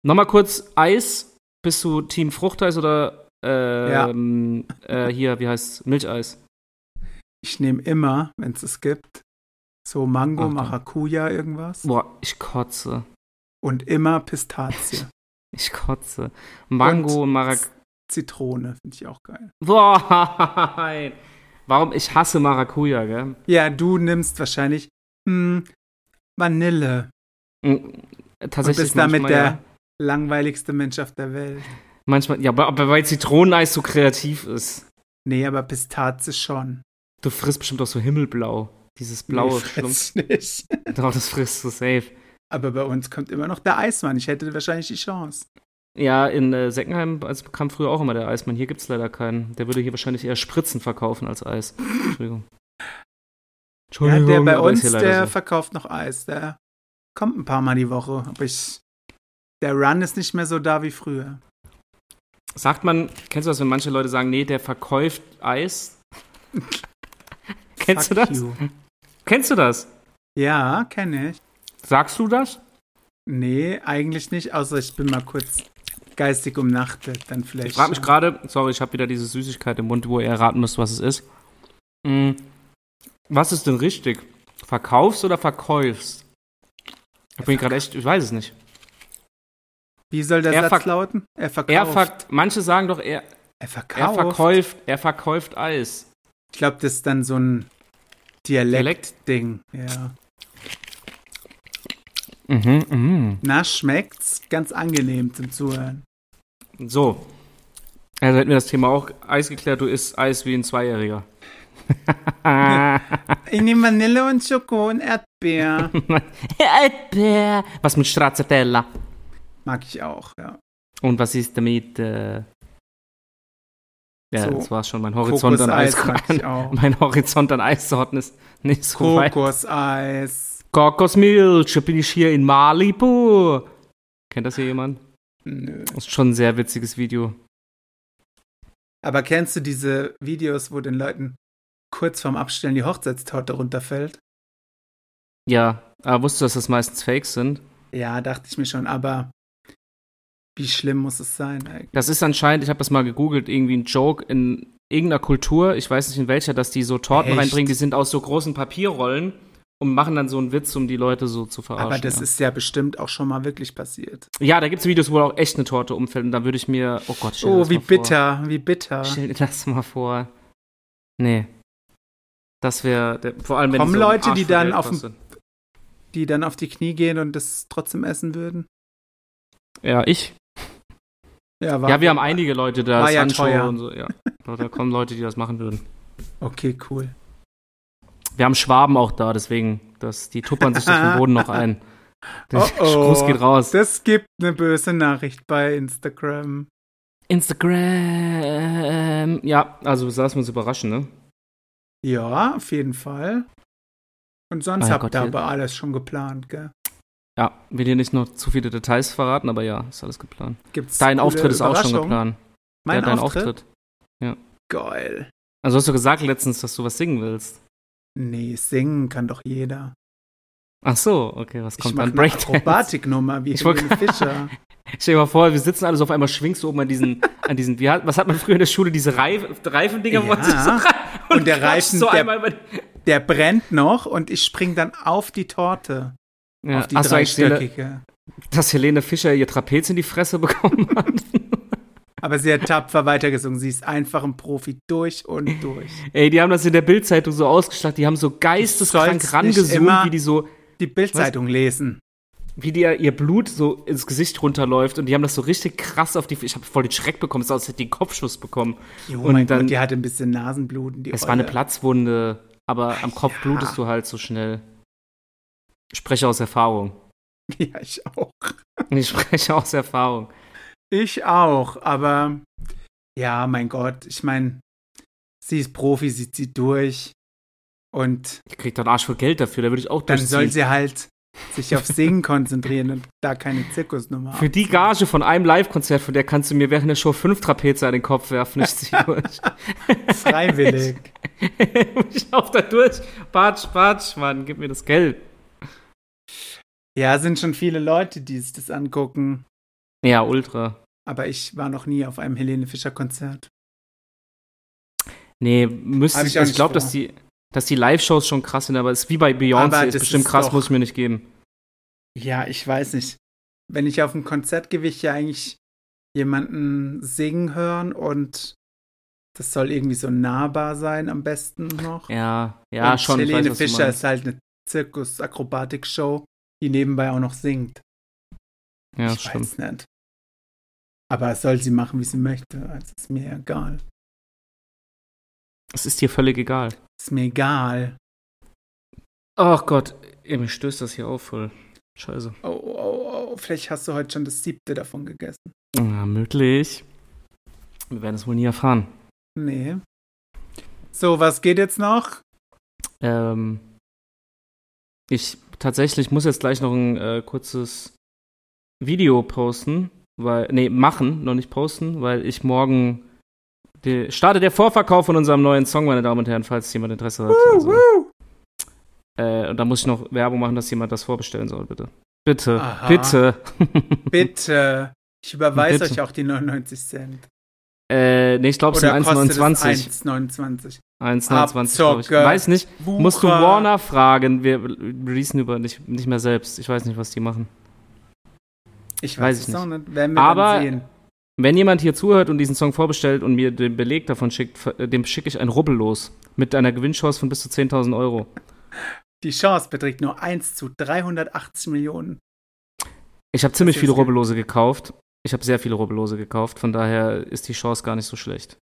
Speaker 1: Nochmal kurz Eis. Bist du Team Fruchteis oder ähm, äh, hier, wie heißt Milcheis?
Speaker 2: Ich nehme immer, wenn es es gibt, so Mango,
Speaker 1: Achtung.
Speaker 2: Maracuja, irgendwas.
Speaker 1: Boah, ich kotze.
Speaker 2: Und immer Pistazie.
Speaker 1: Ich kotze. Mango und Maracuja.
Speaker 2: Zitrone finde ich auch geil.
Speaker 1: Boah, nein. Warum? Ich hasse Maracuja, gell?
Speaker 2: Ja, du nimmst wahrscheinlich hm, Vanille.
Speaker 1: Mm, Tatsächlich
Speaker 2: bist damit
Speaker 1: manchmal,
Speaker 2: der-
Speaker 1: ja.
Speaker 2: Langweiligste Mensch auf der Welt.
Speaker 1: Manchmal, ja, aber aber weil Zitroneneis so kreativ ist.
Speaker 2: Nee, aber Pistazie schon.
Speaker 1: Du frisst bestimmt auch so Himmelblau. Dieses
Speaker 2: nee,
Speaker 1: blaue Schlumpf.
Speaker 2: fress nicht.
Speaker 1: Doch, das frisst du safe.
Speaker 2: Aber bei uns kommt immer noch der Eismann. Ich hätte wahrscheinlich die Chance.
Speaker 1: Ja, in äh, Seckenheim also, kam früher auch immer der Eismann. Hier gibt es leider keinen. Der würde hier wahrscheinlich eher Spritzen verkaufen als Eis. Entschuldigung.
Speaker 2: Ja,
Speaker 1: Entschuldigung,
Speaker 2: der bei
Speaker 1: aber
Speaker 2: uns,
Speaker 1: ist hier leider
Speaker 2: der
Speaker 1: so.
Speaker 2: verkauft noch Eis. Der kommt ein paar Mal die Woche. Aber ich, der Run ist nicht mehr so da wie früher.
Speaker 1: Sagt man, kennst du das, wenn manche Leute sagen, nee, der verkauft Eis? kennst du
Speaker 2: Fuck
Speaker 1: das?
Speaker 2: you.
Speaker 1: Kennst du das?
Speaker 2: Ja, kenne ich.
Speaker 1: Sagst du das?
Speaker 2: Nee, eigentlich nicht, außer ich bin mal kurz geistig umnachtet. Dann vielleicht.
Speaker 1: Ich frage mich
Speaker 2: schon.
Speaker 1: gerade, sorry, ich habe wieder diese Süßigkeit im Mund, wo ihr erraten müsst, was es ist. Mm, Was ist denn richtig? Verkaufst oder verkäufst? Ich bin gerade echt, ich weiß es nicht.
Speaker 2: Wie soll der
Speaker 1: Er
Speaker 2: Satz
Speaker 1: verk-
Speaker 2: lauten? Er verkauft.
Speaker 1: Er verk manche sagen doch, er,
Speaker 2: Er
Speaker 1: er
Speaker 2: verkauft.
Speaker 1: verkauft, er verkauft Eis.
Speaker 2: Ich glaube, das ist dann so ein Dialekt-Ding. Ja.
Speaker 1: Mhm, mhm.
Speaker 2: Na, schmeckt's ganz angenehm zum Zuhören.
Speaker 1: So. Also hätten wir das Thema auch Eis geklärt, du isst Eis wie ein Zweijähriger.
Speaker 2: Ich nehme Vanille und Schoko und Erdbeer.
Speaker 1: Erdbeer. Was mit Stracciatella?
Speaker 2: Mag ich auch, ja.
Speaker 1: Und was ist damit? Äh ja,
Speaker 2: So.
Speaker 1: das war schon. Mein Horizont an
Speaker 2: Kokoseis mag ich
Speaker 1: Eis.
Speaker 2: auch.
Speaker 1: Mein Horizont an Eissorten ist nicht so weit.
Speaker 2: Kokoseis.
Speaker 1: Kokosmilch, bin ich hier in Malibu. Kennt das hier jemand?
Speaker 2: Nö.
Speaker 1: Das ist schon ein sehr witziges Video.
Speaker 2: Aber kennst du diese Videos, wo den Leuten kurz vorm Abstellen die Hochzeitstorte runterfällt?
Speaker 1: Ja, aber wusstest du, dass das meistens Fakes sind?
Speaker 2: Ja, dachte ich mir schon, aber wie schlimm muss es sein? eigentlich?
Speaker 1: Das ist anscheinend, ich habe das mal gegoogelt, irgendwie ein Joke in irgendeiner Kultur, ich weiß nicht in welcher, dass die so Torten
Speaker 2: Echt?
Speaker 1: reinbringen, die sind aus so großen Papierrollen und machen dann so einen Witz, um die Leute so zu verarschen.
Speaker 2: Aber das
Speaker 1: ja.
Speaker 2: ist ja bestimmt auch schon mal wirklich passiert.
Speaker 1: Ja, da gibt's Videos, wo auch echt eine Torte umfällt. Und da würde ich mir. Oh Gott, stell dir
Speaker 2: oh,
Speaker 1: das
Speaker 2: wie
Speaker 1: mal vor.
Speaker 2: bitter, wie bitter.
Speaker 1: Stell dir das mal vor. Nee. Das wäre. Vor allem, wenn
Speaker 2: Kommen
Speaker 1: die so
Speaker 2: Leute,
Speaker 1: am Arsch
Speaker 2: die
Speaker 1: von
Speaker 2: dann
Speaker 1: Geld
Speaker 2: auf dem-
Speaker 1: kostet.
Speaker 2: Die dann auf die Knie gehen und das trotzdem essen würden.
Speaker 1: Ja, ich.
Speaker 2: war,
Speaker 1: ja, wir haben einige Leute da.
Speaker 2: war ja
Speaker 1: Sancho
Speaker 2: teuer.
Speaker 1: und so. Ja. Da kommen Leute, die das machen würden.
Speaker 2: Okay, cool.
Speaker 1: Wir haben Schwaben auch da, deswegen. Das, die tuppern sich das vom Boden noch ein. Der
Speaker 2: Oh, oh.
Speaker 1: Gruß geht raus.
Speaker 2: Das gibt eine böse Nachricht bei Instagram.
Speaker 1: Instagram. Ja, also lassen wir uns überraschen, ne?
Speaker 2: Ja, auf jeden Fall. Und sonst
Speaker 1: Ah ja,
Speaker 2: habt
Speaker 1: Gott,
Speaker 2: ihr
Speaker 1: hier-
Speaker 2: aber alles schon geplant, gell?
Speaker 1: Ja, will dir nicht noch zu viele Details verraten, aber ja, ist alles geplant.
Speaker 2: Gibt's
Speaker 1: Dein
Speaker 2: coole
Speaker 1: Auftritt ist auch schon
Speaker 2: Überraschungen?
Speaker 1: geplant.
Speaker 2: Mein
Speaker 1: ja, dein
Speaker 2: Auftritt?
Speaker 1: Auftritt.
Speaker 2: Geil.
Speaker 1: Also hast du gesagt letztens, dass du was singen willst.
Speaker 2: Nee, singen kann doch jeder.
Speaker 1: Ach so, okay, was
Speaker 2: Ich
Speaker 1: kommt
Speaker 2: mach
Speaker 1: dann?
Speaker 2: eine
Speaker 1: Breakdance.
Speaker 2: Akrobatiknummer wie
Speaker 1: Ich wollt-
Speaker 2: Helene Fischer.
Speaker 1: Stell dir mal vor, wir sitzen alle so auf einmal, schwingst du oben an diesen, an diesen, wie hat, was hat man früher in der Schule, diese Reif, Reifendinger, wo man
Speaker 2: Ja.
Speaker 1: sich so rein-
Speaker 2: Und der
Speaker 1: klatscht
Speaker 2: Reifen,
Speaker 1: so
Speaker 2: der-
Speaker 1: einmal über die,
Speaker 2: Der brennt noch und ich spring dann auf die Torte.
Speaker 1: ja,
Speaker 2: auf die
Speaker 1: hast du eigentlich gesehen,
Speaker 2: dreistöckige.
Speaker 1: dass Helene Fischer ihr Trapez in die Fresse bekommen hat?
Speaker 2: Aber sie hat tapfer weitergesungen. Sie ist einfach ein Profi durch und durch.
Speaker 1: Ey, die haben das in der Bildzeitung so ausgeschlagen, die haben so geisteskrank
Speaker 2: sollst nicht
Speaker 1: rangezoomt,
Speaker 2: immer-
Speaker 1: wie die so,
Speaker 2: Die Bildzeitung lesen.
Speaker 1: wie dir ihr Blut so ins Gesicht runterläuft und die haben das so richtig krass auf die, ich habe voll den Schreck bekommen, es sah aus, als hätte die einen Kopfschuss bekommen.
Speaker 2: Jo,
Speaker 1: Und
Speaker 2: mein
Speaker 1: dann-
Speaker 2: Gott, die hatte ein bisschen Nasenbluten. Die
Speaker 1: Es war eine
Speaker 2: Olle.
Speaker 1: Platzwunde, aber am Kopf
Speaker 2: Ja.
Speaker 1: blutest du halt so schnell. Ich spreche aus Erfahrung.
Speaker 2: Ja, ich auch.
Speaker 1: Ich spreche aus Erfahrung.
Speaker 2: Ich auch, aber ja, mein Gott, ich meine, sie ist Profi, sie zieht durch. Und
Speaker 1: Ich krieg doch einen Arsch voll Geld dafür, da würde ich auch
Speaker 2: dann
Speaker 1: durchziehen.
Speaker 2: soll sie halt sich auf Singen konzentrieren und da keine Zirkusnummer.
Speaker 1: Für die Gage von einem Live-Konzert, von der kannst du mir während der Show fünf Trapeze an den Kopf werfen. Ich zieh durch.
Speaker 2: ab- freiwillig.
Speaker 1: ich lauf da durch. Batsch, batsch, Mann, gib mir das Geld.
Speaker 2: Ja, sind schon viele Leute, die sich das angucken.
Speaker 1: Ja, ultra.
Speaker 2: Aber ich war noch nie auf einem Helene Fischer Konzert.
Speaker 1: Nee, müsste
Speaker 2: Hab
Speaker 1: ich,
Speaker 2: ich auch
Speaker 1: also ich
Speaker 2: nicht
Speaker 1: glaube, dass
Speaker 2: vor.
Speaker 1: die, dass die Live-Shows schon krass sind, aber es ist wie bei Beyoncé,
Speaker 2: Aber
Speaker 1: ist
Speaker 2: das
Speaker 1: bestimmt
Speaker 2: ist
Speaker 1: krass,
Speaker 2: doch-
Speaker 1: muss ich mir nicht geben.
Speaker 2: Ja, ich weiß nicht. Wenn ich auf einem Konzert gewicht ja eigentlich jemanden singen hören und das soll irgendwie so nahbar sein am besten noch.
Speaker 1: Ja, ja,
Speaker 2: und
Speaker 1: schon. ich weiß,
Speaker 2: Helene
Speaker 1: was du
Speaker 2: Fischer
Speaker 1: meinst.
Speaker 2: ist halt eine Zirkus-Akrobatik-Show, die nebenbei auch noch singt.
Speaker 1: Ja,
Speaker 2: ich
Speaker 1: stimmt.
Speaker 2: weiß nicht. Aber es soll sie machen, wie sie möchte. Also ist mir egal.
Speaker 1: Es ist dir völlig egal.
Speaker 2: Ist mir egal.
Speaker 1: Ach Gott, ey, mir stößt das hier auf voll. Scheiße.
Speaker 2: Oh, oh, oh, vielleicht hast du heute schon das siebte davon gegessen.
Speaker 1: Ja, möglich. Wir werden es wohl nie erfahren.
Speaker 2: Nee. So, was geht jetzt noch?
Speaker 1: Ähm, ich tatsächlich muss jetzt gleich noch ein äh, kurzes Video posten, weil, nee, machen, noch nicht posten, weil ich morgen die, startet der Vorverkauf von unserem neuen Song, meine Damen und Herren, falls jemand Interesse hat. Also, äh, und da muss ich noch Werbung machen, dass jemand das vorbestellen soll, bitte. Bitte,
Speaker 2: Aha.
Speaker 1: bitte.
Speaker 2: Bitte. Ich überweise
Speaker 1: Bitte.
Speaker 2: euch auch die 99 Cent.
Speaker 1: Äh, nee, ich glaube, es sind
Speaker 2: Oder kostet es
Speaker 1: 1,29.
Speaker 2: 1,29.
Speaker 1: 1,29, glaube ich.
Speaker 2: Abzocke.
Speaker 1: Weiß nicht.
Speaker 2: Wucher.
Speaker 1: Musst du Warner fragen. Wir releasen über nicht, nicht mehr selbst. Ich weiß nicht, was die machen.
Speaker 2: Ich
Speaker 1: Weiß
Speaker 2: weiß,
Speaker 1: ich
Speaker 2: es auch nicht. Werden wir
Speaker 1: Aber-
Speaker 2: dann sehen.
Speaker 1: Wenn jemand hier zuhört und diesen Song vorbestellt und mir den Beleg davon schickt, ver- äh, dem schicke ich ein Rubbel los. Mit einer Gewinnchance von bis zu 10.000 Euro.
Speaker 2: Die Chance beträgt nur 1 zu 380 Millionen.
Speaker 1: Ich habe ziemlich
Speaker 2: ist
Speaker 1: viele
Speaker 2: ja-
Speaker 1: Rubbellose gekauft. Ich habe sehr viele Rubbellose gekauft. Von daher ist die Chance gar nicht so schlecht.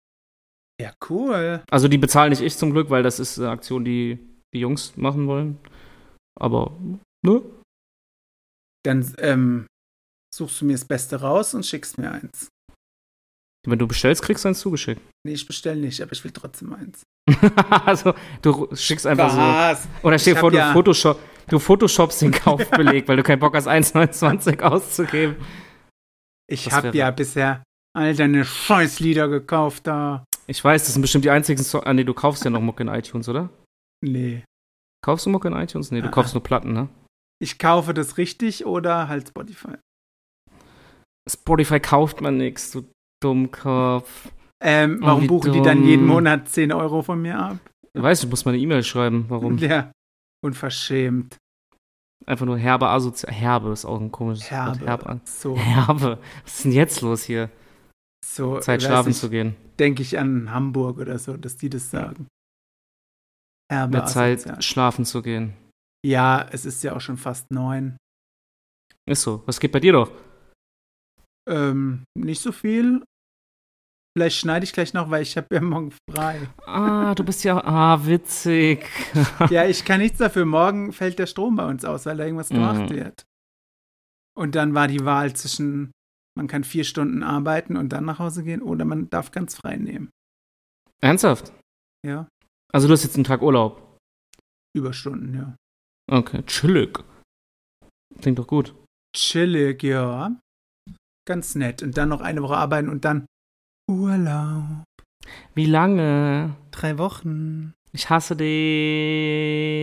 Speaker 2: Ja, cool.
Speaker 1: Also die bezahle nicht ich zum Glück, weil das ist eine Aktion, die die Jungs machen wollen. Aber, ne?
Speaker 2: Dann ähm, suchst du mir das Beste raus und schickst mir eins.
Speaker 1: Wenn du bestellst, kriegst du eins zugeschickt.
Speaker 2: Nee, ich bestelle nicht, aber ich will trotzdem eins.
Speaker 1: also, du schickst einfach so.
Speaker 2: Was?
Speaker 1: Oder stell dir
Speaker 2: Ich
Speaker 1: vor,
Speaker 2: hab
Speaker 1: du,
Speaker 2: ja-
Speaker 1: Photoshop, du Photoshopst den Kaufbeleg, weil du keinen Bock hast, 1,29 auszugeben.
Speaker 2: Ich
Speaker 1: Das
Speaker 2: hab
Speaker 1: wäre-
Speaker 2: ja bisher all deine Scheißlieder gekauft da.
Speaker 1: Ich weiß, das sind bestimmt die einzigen Songs. Ah, nee, du kaufst ja noch Mucke in iTunes, oder?
Speaker 2: Nee.
Speaker 1: Kaufst du Mucke in iTunes? Nee, du
Speaker 2: Ah,
Speaker 1: kaufst nur Platten, ne?
Speaker 2: Ich kaufe das richtig oder halt Spotify.
Speaker 1: Spotify kauft man nix, du Dummkopf.
Speaker 2: Ähm,
Speaker 1: Oh,
Speaker 2: warum
Speaker 1: wie
Speaker 2: buchen die dann
Speaker 1: dumm.
Speaker 2: jeden Monat 10 Euro von mir ab?
Speaker 1: Ich weiß, ich muss mal eine E-Mail schreiben, warum.
Speaker 2: Ja. Unverschämt.
Speaker 1: Einfach nur herbe asozial. Herbe ist auch ein komisches
Speaker 2: Herbe.
Speaker 1: Wort. Herb an.
Speaker 2: So,
Speaker 1: Herbe. Was ist denn jetzt los hier?
Speaker 2: so
Speaker 1: Zeit
Speaker 2: weiß
Speaker 1: schlafen
Speaker 2: nicht,
Speaker 1: zu gehen.
Speaker 2: Denke ich an Hamburg oder so, dass die das sagen. Erbe
Speaker 1: Mehr Zeit
Speaker 2: asozial.
Speaker 1: schlafen zu gehen.
Speaker 2: Ja, es ist ja auch schon fast neun.
Speaker 1: Ist so. Was geht bei dir doch?
Speaker 2: Ähm, nicht so viel. Vielleicht schneide ich gleich noch, weil ich habe ja morgen frei.
Speaker 1: Ah, du bist ja. Ah, witzig.
Speaker 2: ja, ich kann nichts dafür. Morgen fällt der Strom bei uns aus, weil da irgendwas
Speaker 1: Mhm.
Speaker 2: gemacht wird. Und dann war die Wahl zwischen, man kann vier Stunden arbeiten und dann nach Hause gehen oder man darf ganz frei nehmen.
Speaker 1: Ernsthaft?
Speaker 2: Ja,
Speaker 1: Also du hast jetzt einen Tag Urlaub.
Speaker 2: Überstunden, ja.
Speaker 1: Okay, chillig. Klingt doch gut.
Speaker 2: Chillig, ja. Ganz nett. Und dann noch eine Woche arbeiten und dann Urlaub.
Speaker 1: Wie lange?
Speaker 2: Drei Wochen.
Speaker 1: Ich hasse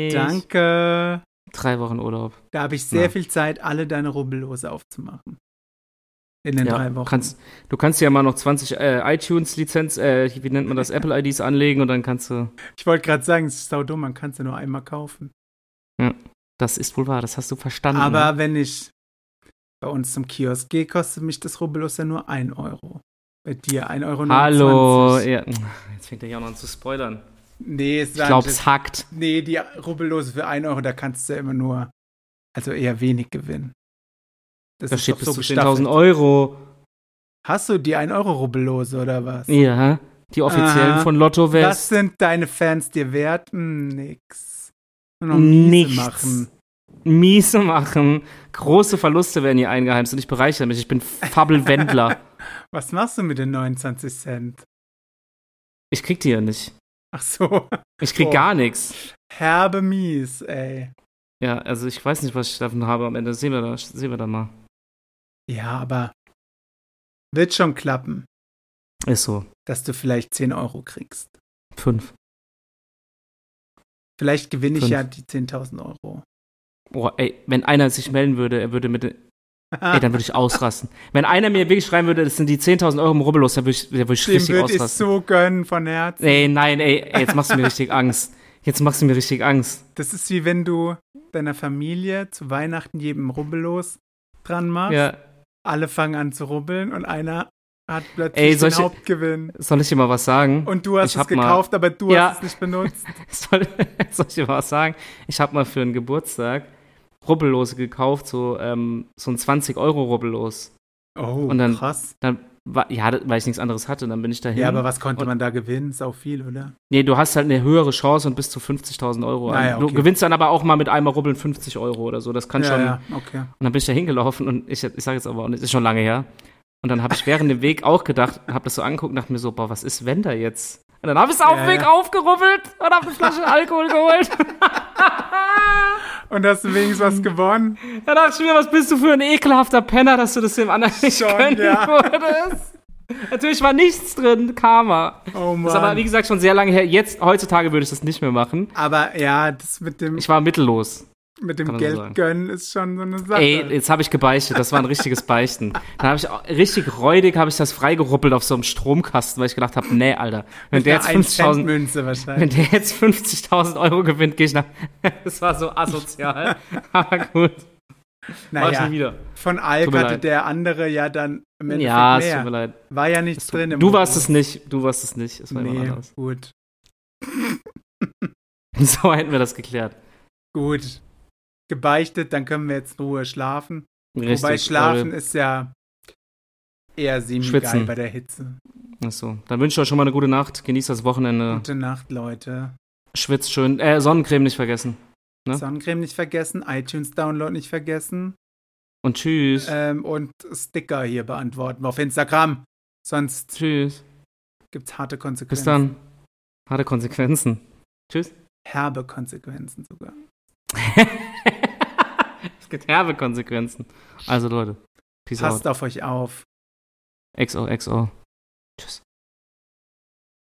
Speaker 1: dich.
Speaker 2: Danke.
Speaker 1: Drei Wochen Urlaub.
Speaker 2: Da habe ich sehr
Speaker 1: Ja.
Speaker 2: viel Zeit, alle deine Rubbellose aufzumachen. In den drei Wochen.
Speaker 1: Kannst, du kannst dir ja mal noch 20 äh, iTunes-Lizenz, äh, wie nennt man das, Apple-IDs anlegen und dann kannst du.
Speaker 2: ich wollte gerade sagen, es ist saudumm, man kann es ja nur einmal kaufen.
Speaker 1: Das ist wohl wahr, das hast du verstanden. ne?
Speaker 2: Aber wenn ich bei uns zum Kiosk gehe, kostet mich das Rubbellos ja nur 1 Euro. Bei dir 1,29 Euro.
Speaker 1: Hallo. Ja. Jetzt fängt er ja auch noch an zu spoilern.
Speaker 2: Nee, es
Speaker 1: Ich glaube,
Speaker 2: es
Speaker 1: es hackt.
Speaker 2: nee, die Rubbellose für 1 Euro, da kannst du ja immer nur, also eher wenig gewinnen.
Speaker 1: Da steht
Speaker 2: doch
Speaker 1: bis zu
Speaker 2: gestaffelt.
Speaker 1: 10.000 Euro.
Speaker 2: Hast du die 1 Euro Rubbellose oder was?
Speaker 1: Ja, die offiziellen
Speaker 2: Aha.
Speaker 1: von Lotto West.
Speaker 2: Das sind deine Fans dir wert? Hm, nix. Nur noch Miese
Speaker 1: nichts
Speaker 2: machen.
Speaker 1: miese machen. Große Verluste werden hier eingeheimst und ich bereichere mich. Ich bin Fabelwendler.
Speaker 2: Was machst du mit den 29 Cent?
Speaker 1: ich krieg die ja nicht.
Speaker 2: Ach so,
Speaker 1: Ich krieg
Speaker 2: Oh.
Speaker 1: gar nichts.
Speaker 2: herbe mies, ey.
Speaker 1: Ja, also ich weiß nicht, was ich davon habe. Am Ende sehen wir da, sehen wir da mal.
Speaker 2: Ja, aber wird schon klappen,
Speaker 1: Ist so.
Speaker 2: dass du vielleicht 10 Euro kriegst.
Speaker 1: Fünf.
Speaker 2: Vielleicht gewinne ich
Speaker 1: Fünf.
Speaker 2: ja die 10.000 Euro.
Speaker 1: Oh, ey, wenn einer sich melden würde, er würde mit. den- Ey, dann würde ich ausrasten. Wenn einer mir wirklich schreiben würde, das sind die 10.000 Euro im Rubbellos, dann würde ich, dann würde ich
Speaker 2: Dem
Speaker 1: richtig
Speaker 2: würde ich
Speaker 1: ausrasten.
Speaker 2: so gönnen von Herzen.
Speaker 1: Ey, nein, ey, ey, jetzt machst du mir richtig Angst. Jetzt machst du mir richtig Angst.
Speaker 2: Das ist wie wenn du deiner Familie zu Weihnachten jedem Rubbellos dran machst.
Speaker 1: Ja.
Speaker 2: Alle fangen an zu rubbeln und einer hat plötzlich
Speaker 1: Ey,
Speaker 2: den
Speaker 1: solche-
Speaker 2: Hauptgewinn.
Speaker 1: Soll ich dir mal was sagen?
Speaker 2: Und du hast
Speaker 1: Ich
Speaker 2: es
Speaker 1: hab mal-
Speaker 2: gekauft, aber du
Speaker 1: Ja.
Speaker 2: hast es nicht benutzt.
Speaker 1: Soll, soll ich dir was sagen? Ich habe mal für einen Geburtstag Rubbellose gekauft, so, ähm, so ein 20-Euro-Rubbellos.
Speaker 2: Oh,
Speaker 1: Und dann-
Speaker 2: krass.
Speaker 1: Wa- Ja, das- weil ich nichts anderes hatte, dann bin ich dahin.
Speaker 2: Ja, aber was konnte
Speaker 1: Und-
Speaker 2: man da gewinnen? Sau viel, oder?
Speaker 1: nee, du hast halt eine höhere Chance und bis zu 50.000 Euro. an.
Speaker 2: Naja,
Speaker 1: Du
Speaker 2: Ah okay.
Speaker 1: gewinnst dann aber auch mal mit einmal Rubbeln 50 Euro oder so. Das kann
Speaker 2: ja,
Speaker 1: schon.
Speaker 2: ja, okay.
Speaker 1: Und dann bin ich da hingelaufen und ich, ich sage jetzt aber auch nicht, ist schon lange her. Und dann habe ich während dem Weg auch gedacht, habe das so angeguckt und dachte mir so, boah, was ist wenn da jetzt? Und dann habe ich es auf dem
Speaker 2: Ja,
Speaker 1: Weg
Speaker 2: ja.
Speaker 1: aufgerubbelt und habe eine Flasche Alkohol geholt.
Speaker 2: Und hast du wenigstens was gewonnen?
Speaker 1: Dann dachte ich mir, was bist du für ein ekelhafter Penner, dass du das dem anderen nicht
Speaker 2: Schon,
Speaker 1: gönnen
Speaker 2: ja.
Speaker 1: würdest. Natürlich war nichts drin, Karma.
Speaker 2: Oh Mann.
Speaker 1: Das ist aber, wie gesagt, schon sehr lange her. Jetzt, heutzutage würde ich das nicht mehr machen.
Speaker 2: Aber ja, das mit dem,
Speaker 1: Ich war mittellos. kann
Speaker 2: mit dem
Speaker 1: man so
Speaker 2: Geld
Speaker 1: sagen.
Speaker 2: gönnen ist schon so eine Sache.
Speaker 1: Ey, jetzt habe ich gebeichtet. Das war ein richtiges Beichten. Dann habe ich auch, richtig räudig habe ich das freigeruppelt auf so einem Stromkasten, weil ich gedacht habe, nee, Alter, wenn
Speaker 2: mit
Speaker 1: der jetzt
Speaker 2: einer
Speaker 1: 50.000
Speaker 2: Münze
Speaker 1: Wenn
Speaker 2: wahrscheinlich.
Speaker 1: der jetzt 50.000 Euro gewinnt, gehe ich nach. Das war so asozial. Aber gut, mach ich nie
Speaker 2: Naja,
Speaker 1: wieder.
Speaker 2: von Alk
Speaker 1: Tut mir
Speaker 2: hatte
Speaker 1: leid.
Speaker 2: der andere ja dann im Endeffekt
Speaker 1: Ja, es tut mir
Speaker 2: mehr.
Speaker 1: leid.
Speaker 2: War ja nichts drin. im
Speaker 1: Du warst es
Speaker 2: Ofen.
Speaker 1: nicht. Du warst es nicht. Es war jemand
Speaker 2: Nee,
Speaker 1: anders.
Speaker 2: gut.
Speaker 1: So hätten wir das geklärt.
Speaker 2: Gut. Gebeichtet, dann können wir jetzt in Ruhe schlafen.
Speaker 1: Richtig. also
Speaker 2: Wobei Schlafen
Speaker 1: Leute.
Speaker 2: ist ja eher semi-geil
Speaker 1: Schwitzen.
Speaker 2: bei der Hitze.
Speaker 1: Achso. Dann wünsche ich euch schon mal eine gute Nacht. Genießt das Wochenende.
Speaker 2: Gute Nacht, Leute.
Speaker 1: Schwitzt schön. Äh, Sonnencreme nicht vergessen. Ja.
Speaker 2: Sonnencreme nicht vergessen, iTunes-Download nicht vergessen.
Speaker 1: Und tschüss.
Speaker 2: ähm, und Sticker hier beantworten auf Instagram. Sonst
Speaker 1: tschüss.
Speaker 2: gibt's harte Konsequenzen.
Speaker 1: Bis dann. Harte Konsequenzen. Tschüss.
Speaker 2: Herbe Konsequenzen sogar.
Speaker 1: es gibt herbe Konsequenzen. Also Leute. Peace
Speaker 2: Passt auf euch auf.
Speaker 1: out. XOXO. Tschüss.